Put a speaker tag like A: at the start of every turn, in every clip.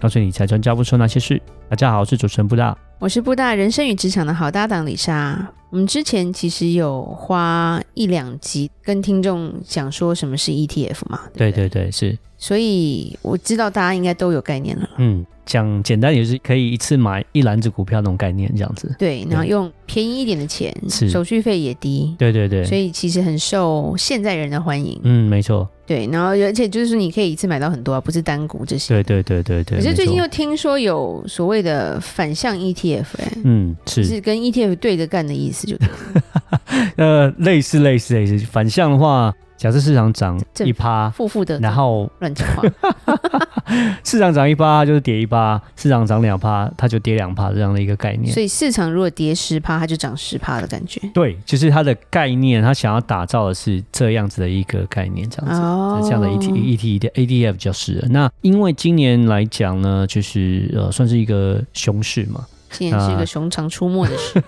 A: 告诉你理财专家不说那些事。大家好，我是主持人布大。
B: 我是布大人生与职场的好搭档李莎。我们之前其实有花一两集跟听众讲说什么是 ETF 嘛，对
A: 对
B: 不
A: 对
B: 对？
A: 对，是，
B: 所以我知道大家应该都有概念了。
A: 嗯，讲简单也是可以一次买一篮子股票那种概念，这样子。
B: 对，然后用便宜一点的钱，
A: 是
B: 手续费也低，
A: 对对对
B: 所，以其实很受现在人的欢迎。
A: 嗯，没错，
B: 对，然后而且就是你可以一次买到很多啊，不是单股这
A: 对
B: 些。
A: 对对对对。
B: 可是最近
A: 没
B: 又
A: 错
B: 听说有所谓的反向 ETF，哎、
A: 嗯是
B: 是跟 ETF 对着干的意思，就对了
A: 呃类似类似类似，反向的话，假设市场涨
B: 正
A: 一趴，
B: 负负的，
A: 然后
B: 乱讲话。
A: 市场涨一趴它就是跌一趴，市场涨两趴它就跌两趴这样的一个概念。
B: 所以市场如果跌十趴，它就涨十趴的感觉。
A: 对，就是它的概念，它想要打造的是这样子的一个概念，这样子。
B: 哦
A: 这样的 E T E T E D F 就是了。那因为今年来讲呢，就是呃，算是一个熊市嘛，
B: 今年
A: 呃
B: 是一个熊常出没的 事，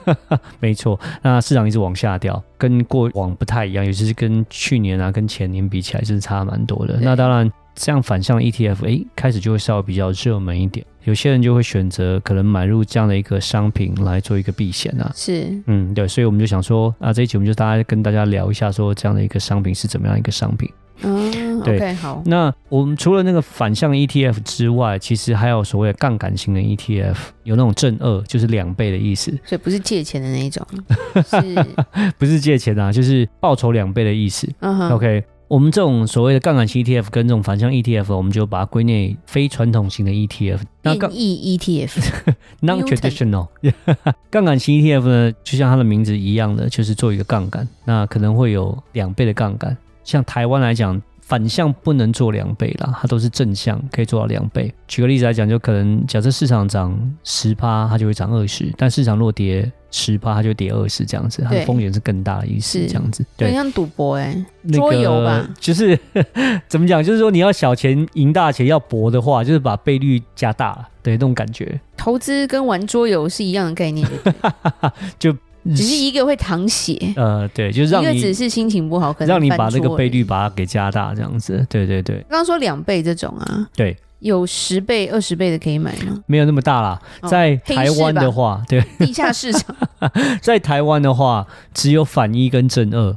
A: 没错。那市场一直往下掉，跟过往不太一样，尤其是跟去年啊、跟前年比起来，真是差蛮多的。
B: 对
A: 那当然，这样反向 ETF，哎，开始就会稍微比较热门一点。有些人就会选择可能买入这样的一个商品来做一个避险啊，
B: 是
A: 嗯，对，所以我们就想说啊，这一集我们就大家跟大家聊一下，说这样的一个商品是怎么样一个商品。
B: 嗯
A: 对
B: ，OK，好，
A: 那我们除了那个反向 ETF 之外，其实还有所谓的杠杆型的 ETF，有那种正二，就是两倍的意思，
B: 所以不是借钱的那一种，是
A: 不是借钱啊，就是报酬两倍的意思。
B: 嗯哼
A: OK，我们这种所谓的杠杆型 ETF 跟这种反向 ETF，我们就把它归类非传统型的 ETF。那杠
B: 变异 ETF，
A: non-traditional 杠杆型 ETF 呢，就像它的名字一样的，就是做一个杠杆，那可能会有两倍的杠杆。像台湾来讲，反向不能做两倍啦，它都是正向可以做到两倍。举个例子来讲，就可能假设市场涨十趴，它就会涨二十；但市场若跌十趴，它就跌二十，这样子，它的
B: 对
A: 风险是更大的意思
B: 是，
A: 这样子。
B: 很
A: 对，
B: 像赌博哎，
A: 那
B: 桌
A: 个
B: 游吧
A: 就是 怎么讲，就是说你要小钱赢大钱，要搏的话，就是把倍率加大，对那种感觉。
B: 投资跟玩桌游是一样的概念， 只是一个会淌血，
A: 呃，对，就是
B: 一
A: 让
B: 个
A: 你
B: 只是心情不好，可能
A: 让你
B: 翻
A: 把那个
B: 桌而
A: 倍
B: 已
A: 率把它给加大，这样子，对对对
B: 刚刚说两倍这种啊，
A: 对，
B: 有十倍、二十倍的可以买 吗？
A: 没有那么大啦。
B: 哦
A: 在
B: 黑
A: 台
B: 市
A: 湾的
B: 吧
A: 话，对，
B: 地下市 场
A: 在台湾的话，只有反一跟正二。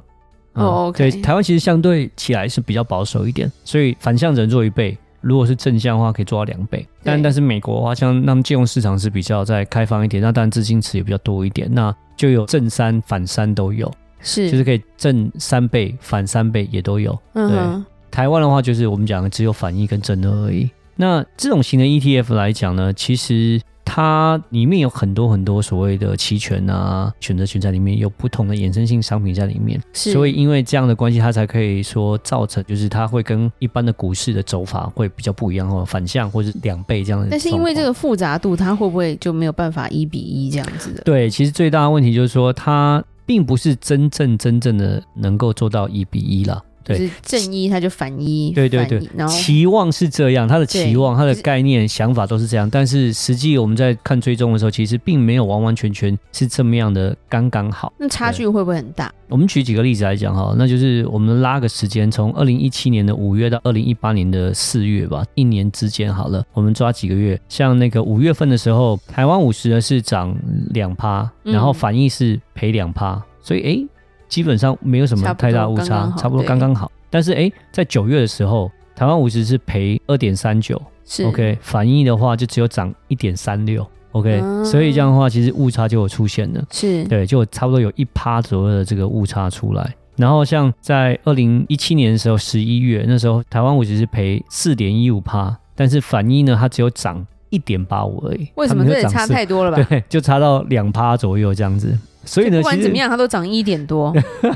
A: 嗯
B: 哦，OK
A: 对，台湾其实相对起来是比较保守一点，所以反向只能做一倍，如果是正向的话可以做到两倍。但
B: 对
A: 但是美国的话，像他们金融市场是比较在开放一点，那当然资金池也比较多一点，那就有正三、反三都有，
B: 是，
A: 就是可以正三倍、反三倍也都有。
B: 嗯哼，
A: 台湾的话，就是我们讲的只有反一跟正二而已。那这种型的 ETF 来讲呢，其实它里面有很多很多所谓的期权啊、选择权在里面，有不同的衍生性商品在里面。
B: 是，
A: 所以因为这样的关系，它才可以说造成，就是它会跟一般的股市的走法会比较不一样哦，反向或是两倍这样的状况。
B: 但是因为这个复杂度，它会不会就没有办法一比一这样子的？
A: 对，其实最大的问题就是说，它并不是真正真正的能够做到一比一啦。对
B: 就是正一它就反一，
A: 对对
B: 反一
A: 对
B: 然后
A: 期望是这样，他的期望、他的
B: 就是
A: 概念、想法都是这样，但是实际我们在看追踪的时候，其实并没有完完全全是这么样的刚刚好。
B: 那差距会不会很大？
A: 我们举几个例子来讲哈，那就是我们拉个时间，从二零一七年的五月到二零一八年的四月吧，一年之间好了，我们抓几个月，像那个五月份的时候，台湾五十呢是涨两趴，
B: 嗯
A: 然后反应是赔两趴，所以诶，基本上没有什么
B: 差不多
A: 太大误差
B: 刚刚，好
A: 差不多
B: 对
A: 刚刚好。但是诶，在九月的时候，台湾五十是赔二点三九，
B: 是
A: OK，反应的话就只有涨一点三六，OK，、
B: 嗯
A: 所以这样的话其实误差就有出现了，
B: 是，
A: 对，就差不多有一趴左右的这个误差出来。然后像在二零一七年的时候，十一月那时候台湾五十是赔四点一五趴，但是反一呢它只有涨一点八五而已，
B: 为
A: 它
B: 什么
A: 没有
B: 这也
A: 涨
B: 差
A: 4
B: 太多了吧？
A: 对，就差到两趴左右这样子。所以
B: 就
A: 呢，
B: 不管
A: 其
B: 怎
A: 实
B: 么样，它都涨一点多，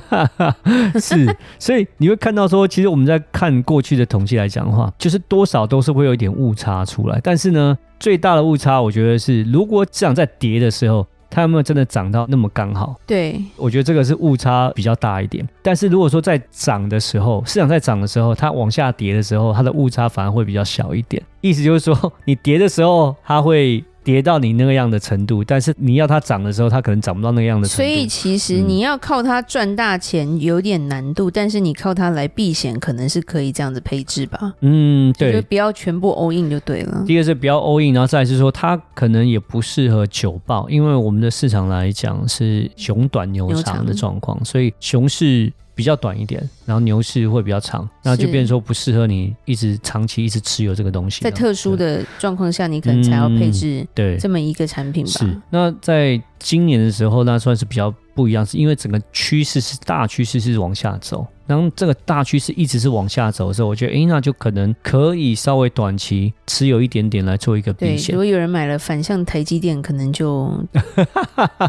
A: 哈哈， 是，所以你会看到说，其实我们在看过去的统计来讲的话，就是多少都是会有一点误差出来。但是呢，最大的误差，我觉得是如果市场在跌的时候，它有没有真的涨到那么刚好？
B: 对，
A: 我觉得这个是误差比较大一点。但是如果说在涨的时候，市场在涨的时候，它往下跌的时候，它的误差反而会比较小一点。意思就是说，你跌的时候，它会跌到你那个样的程度，但是你要它涨的时候，它可能涨不 到那个样的程度。
B: 所以其实
A: 嗯
B: 你要靠它赚大钱有点难度，但是你靠它来避险，可能是可以这样子配置吧。
A: 嗯，对，
B: 就不要全部 all in 就对了。
A: 第一个是比较 all in，然后再来是说它可能也不适合久抱，因为我们的市场来讲是熊短牛
B: 牛
A: 长
B: 长
A: 的状况，所以熊市比较短一点，然后牛市会比较长，那就变成说不适合你一直长期一直持有这个东西了。嗯
B: 在特殊的状况下，你可能才要配置
A: 对
B: 这么一个产品
A: 是
B: 吧。，
A: 那在今年的时候，那算是比较不一样，是因为整个趋势是大趋势是往下走，然后这个大趋势一直是往下走的时候，我觉得诶，那就可能可以稍微短期持有一点点来做一个避
B: 对，
A: 险
B: 如。果有人买了反向台积电，可能 就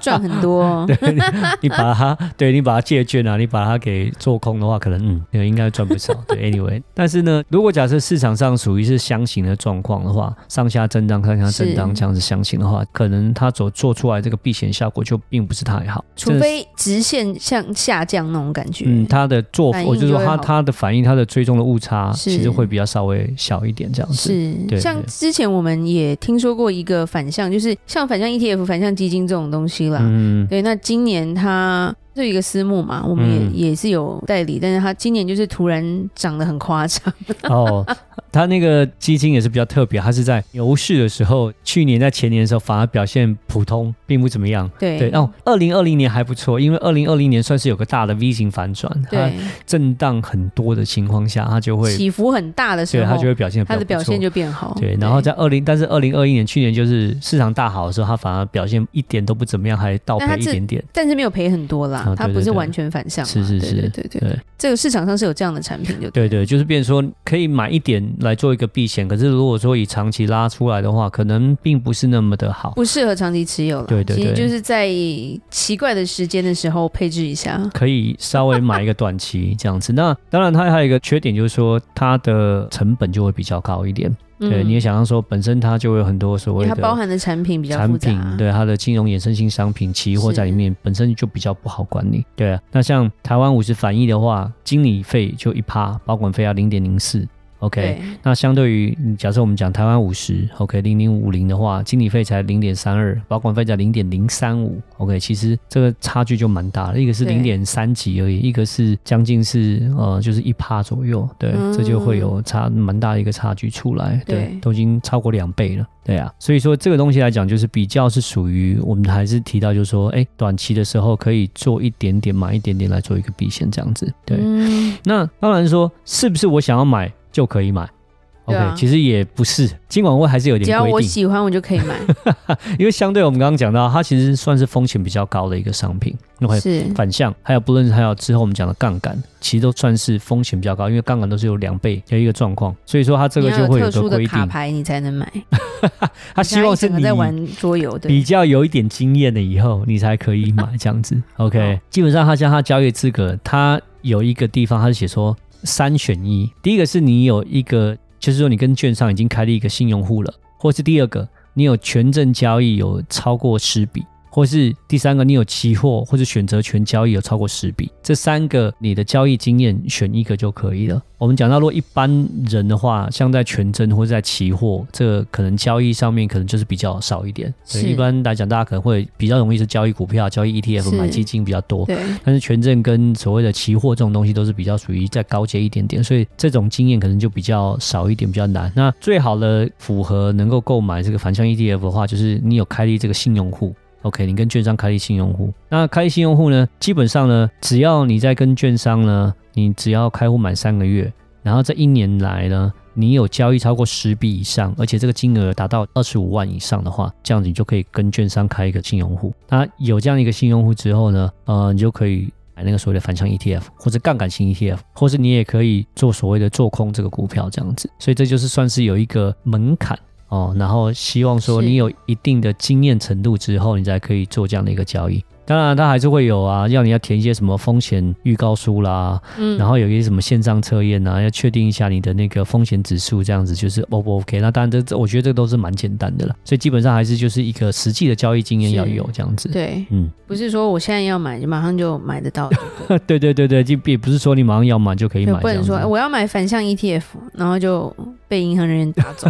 B: 赚很多哦。
A: 对你你把它，对你把它借券啊，你把它给做空的话，可能嗯，那个应该赚不少。对，anyway，但 是呢，如果假设市场上属于是箱型的状况的话，上下震荡、上下震荡
B: 是
A: 这样子箱型的话，可能它所做出来这个避险效果就并不是太好，
B: 除
A: 真的是。
B: 非直线向下降那种感觉。
A: 嗯，它的做，
B: 反应
A: 我就
B: 就
A: 说
B: 会
A: 它
B: 好
A: 它的反应，它的追踪的误差
B: 是
A: 其实会比较稍微小一点，这样子。
B: 是
A: 对
B: 像
A: 对
B: 之前我们也听说过一个反向，就是像反向 ETF、反向基金这种东西啦。
A: 嗯，
B: 对，那今年它这一个私募嘛，我们也、
A: 嗯
B: 也是有代理，但是它今年就是突然涨得很夸张，
A: 哦，它那个基金也是比较特别，它是在牛市的时候，去年在前年的时候反而表现普通，并不怎么样。
B: 对
A: 对哦，二零二零年还不错，因为二零二零年算是有个大的 V 型反转，它
B: 对
A: 震荡很多的情况下，它就会，
B: 起伏很大的
A: 对
B: 时
A: 它
B: 候
A: 就，会表现得比
B: 它
A: 较
B: 的
A: 不错
B: 表现就哦变好。
A: 对，然后在二零，但是二零二一年去年就是市场大好的时候，它反而表现一点都不怎么样，还倒赔
B: 那它
A: 一
B: 这
A: 点点。
B: 但是没有赔很多啦，
A: 哦
B: 它
A: 对
B: 不
A: 对
B: 是
A: 对
B: 完全反向嘛，啊
A: 是是是
B: 对对对对，
A: 对
B: 这个市场上是有这样的产品就
A: 对对，就是变成说可以买一点来做一个避险，可是如果说以长期拉出来的话，可能并不是那么的好。
B: 不适合长期持有了。
A: 对对
B: 其实
A: 对
B: 就是在奇怪的时间的时候配置一下。
A: 可以稍微买一个短期这样子，那当然它还有一个缺点就是说它的成本就会比较高一点。
B: 嗯
A: 对，你也想象说，本身它就会有很多所
B: 因
A: 谓
B: 为它
A: 的
B: 包含的产品比较
A: 产
B: 复杂啊
A: 品，，对它的金融衍生性商品、期货在里面，本身就比较不好管理。对啊，那像台湾五十反一的话，经理费就一趴，保管费要零点零四。OK，
B: 对
A: 那相对于嗯假设我们讲台湾五十，OK 零零五零的话，经理费才零点三二，保管费才零点零三五，OK，其实这个差距就蛮大的，一个是
B: 对
A: 零点三几而已，一个是将近是呃就是一趴左右，对，
B: 嗯
A: 这就会有差蛮大的一个差距出来，对，
B: 对
A: 都已经超过两倍了，对啊，所以说这个东西来讲，就是比较是属于我们还是提到就是说，哎，短期的时候可以做一点点买一点点来做一个避险这样子，对，
B: 嗯，
A: 那当然说，是不是我想要买就可以买
B: 对
A: ？OK，、
B: 啊
A: 其实也不是，金管会还是有
B: 只
A: 点
B: 要我
A: 规定，
B: 喜欢，我就可以 买。
A: 因为相对我们刚刚讲到，它其实算是风险比较高的一个商品。OK，
B: 是，
A: 反向还有不论是还有之后我们讲的杠杆，其实都算是风险比较高，因为杠杆都是有两倍的一个状况，所以说它这个
B: 你要有
A: 就会有
B: 特殊
A: 个
B: 的
A: 规
B: 卡
A: 定。
B: 牌，你才能买。
A: 他希望
B: 你
A: 是
B: 看
A: 你
B: 一整个在玩桌游的，
A: 比较有一点经验了以后，你才可以买这样子。OK，基本上他像他交易资格，他有一个地方他是写说三选一，第一个是你有一个，就是说你跟券商已经开立一个信用户了，或是第二个你有权证交易有超过十笔。或是第三个，你有期货或者选择权交易有超过十笔，这三个你的交易经验选一个就可以了。我们讲到，如果一般人的话，像在权证或者在期货，这个可能交易上面可能就是比较少一点。对，
B: 是
A: 一般来讲，大家可能会比较容易是交易股票、交易 ETF、
B: 是
A: 买基金比较多。
B: 对，
A: 但是权证跟所谓的期货这种东西都是比较属于在高阶一点点，所以这种经验可能就比较少一点，比较难。那最好的符合能够购买这个反向 ETF 的话，就是你有开立这个信用户。OK，你跟券商开立信用户，那开立信用户呢，基本上呢，只要你在跟券商呢，你只要开户满三个月，然后这一年来呢，你有交易超过十笔以上，而且这个金额达到二十五万以上的话，这样子你就可以跟券商开一个信用户。那有这样一个信用户之后呢，呃，你就可以。买那个所谓的反向 ETF 或者杠杆型 ETF，或是你也可以做所谓的做空这个股票这样子，所以这就是算是有一个门槛哦。然后希望说
B: 是
A: 你有一定的经验程度之后，你才可以做这样的一个交易。当然，它还是会有啊，要你要填一些什么风险预告书啦，
B: 嗯，
A: 然后有一些什么线上测验啊，要确定一下你的那个风险指数，这样子就是 O 不 OK？那当然这，这我觉得这都是蛮简单的啦，所以基本上还是就是一个实际的交易经验
B: 是
A: 要有这样子。
B: 对，
A: 嗯，
B: 不是说我现在要买，马上就买得到，
A: 对对对对，就也不是说你马上要买就可以
B: 就
A: 买
B: 不
A: 这
B: 能
A: 样子
B: 说。哎我要买反向 ETF，然后就被银行 人员打走。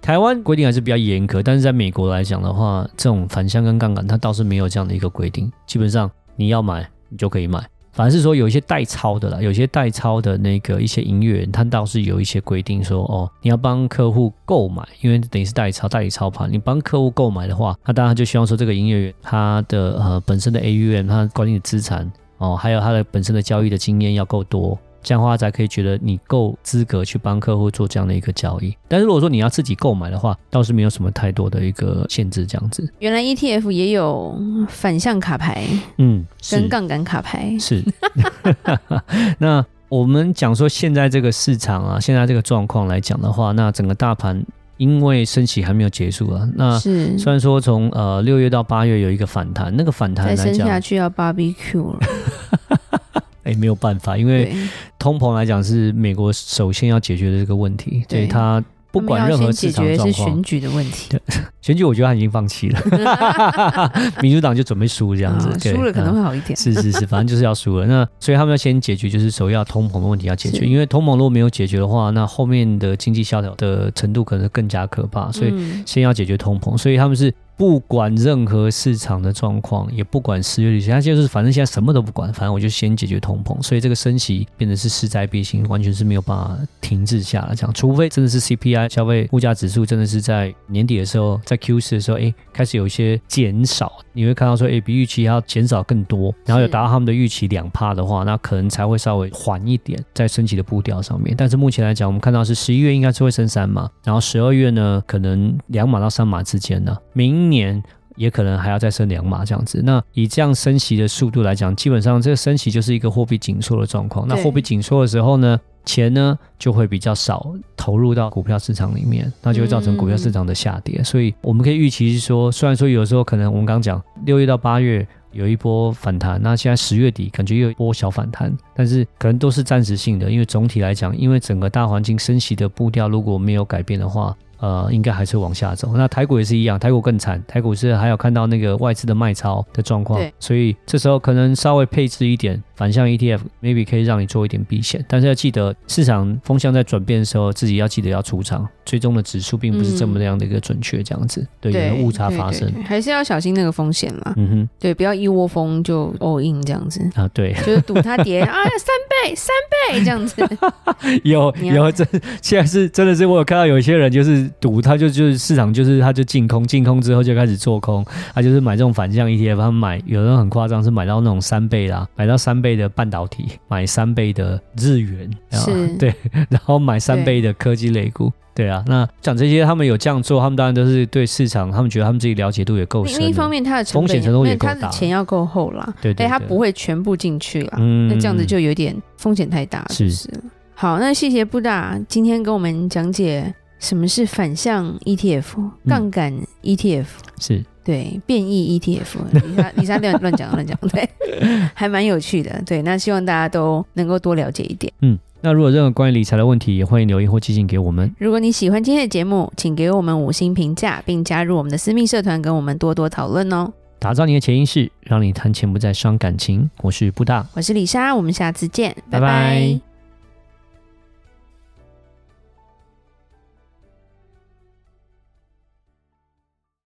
A: 台湾规定还是比较严苛，但是在美国来讲的话，这种反向跟杠杆它倒是没有这样的一个规定，基本上你要买你就可以买。反而是说有一些代抄的啦，有些代抄的那个一些营业员，他倒是有一些规定说，哦，你要帮客户购买，因为等于是代抄代理操盘，你帮客户购买的话，那当然就希望说这个营业员他的呃本身的 AUM，他管理的资产哦，还有他的本身的交易的经验要够多，这样的话才可以觉得你够资格去帮客户做这样的一个交易。但是如果说你要自己购买的话，倒是没有什么太多的一个限制，这样子。
B: 原来 ETF 也有反向卡牌
A: 嗯，
B: 跟杠杆卡牌，
A: 是。 那我们讲说现在这个市场啊，现在这个状况来讲的话，那整个大盘因为升息还没有结束啊，那
B: 是
A: 虽然说从呃六月到八月有一个反弹，那个反弹
B: 再
A: 来
B: 生
A: 讲，
B: 下
A: 哎、
B: 去要 barbecue 了。
A: 没有办法，因为
B: 对，
A: 通膨来讲是美国首先要解决的这个问题，所
B: 对
A: 以它不管任
B: 他
A: 何
B: 们要先
A: 市
B: 解
A: 场
B: 决
A: 状
B: 是
A: 况
B: 选，举的问题，
A: 选举我觉得他已经放弃了， 民主党就准备输这样子
B: 啊，
A: 对
B: 输了可能会好一点。
A: 是是是，反正就是要输了。那所以他们要先解决，就是首要通膨的问题要解决，
B: 是
A: 因为通膨如果没有解决的话，那后面的经济萧条的程度可能更加可怕。啊所以
B: 嗯
A: 先要解决通膨，所以他们是不管任何市场的状况，也不管失业率，他就是反正现在什么都不管，反正我就先解决通膨，所以这个升息变得是势在必行，完全是没有办法停滞下来。这样，除非真的是 CPI 消费物价指数真的是在年底的时候，在 Q 四的时候，哎，开始有一些减少，你会看到说，哎，比预期要减少更多，然后有
B: 是
A: 达到他们的预期两帕的话，那可能才会稍微缓一点在升息的步调上面。但是目前来讲，我们看到是十一月应该是会升三码，然后十二月呢可能两码到三码之间呢，明年。也可能还要再升两码这样子。那以这样升息的速度来讲，基本上这个升息就是一个货币紧缩的状况。那
B: 对
A: 货币紧缩的时候呢，钱呢就会比较少投入到股票市场里面，那就会造成股票市场的下跌。所以我们可以预期是说，虽然说有时候可能我们刚讲六月到八月。有一波反弹，那现在十月底感觉又有一波小反弹，但是可能都是暂时性的，因为总体来讲，因为整个大环境升息的步调如果没有改变的话，呃，应该还是往下走。那台股也是一样，台股更惨，台股是还有看到那个外资的卖超的状况
B: 对，
A: 所以这时候可能稍微配置一点反向 E ETF，maybe 可以让你做一点避险，但是要记得市场风向在转变的时候，自己要记得要出场，追踪的指数并不是这么样的一个准确，这样子、对，有
B: 对
A: 误差
B: 嗯对
A: 发
B: 对
A: 生。
B: 对还是要小心那个风险啦。
A: 嗯
B: 对，不要一窝蜂就 all in 这样子，
A: 哼，啊，对，
B: 就是赌它 跌啊三倍三倍这样子。
A: 有
B: 你要
A: 有真现在是真的是我有看到有一些人就是赌，他就就是市场就是他就净空，净空之后就开始做空，他就是买这种反向 ETF，他买有人很夸张是买到那种三倍啦，买到三倍的半导体，买三倍的日元，然后
B: 是
A: 对，然后买三倍的科技类股。对啊，那讲这些，他们有这样做，他们当然都是对市场，他们觉得他们自己了解度也够深了。
B: 另一方面，它的成
A: 风险
B: 本
A: 程度也
B: 那
A: 够
B: 它的
A: 大
B: 钱要够厚啦，
A: 对对
B: 哎，它
A: 对
B: 不会全部进去啦。
A: 嗯，
B: 那这样子就有点风险太大，
A: 是
B: 就是了。好，那谢谢布大今天跟我们讲解什么是反向 ETF、杠
A: 嗯
B: 杆 ETF，、
A: 是
B: 对，变 异 ETF。李莎，李莎乱乱讲乱讲，对，还蛮有趣的。对，那希望大家都能够多了解一点。
A: 嗯。那如果有任何关于理财的问题，也欢迎留言或寄信给我们。
B: 如果你喜欢今天的节目，请给我们五星评价，并加入我们的私密社团，跟我们多多讨论哦。
A: 打造你的潜意识，让你谈钱不再伤感情。我是布大，
B: 我是李莎，我们下次见，
A: 拜
B: 拜
A: 拜
B: 拜